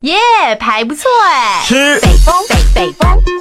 耶，排不错哎。哎吃北风，北北风，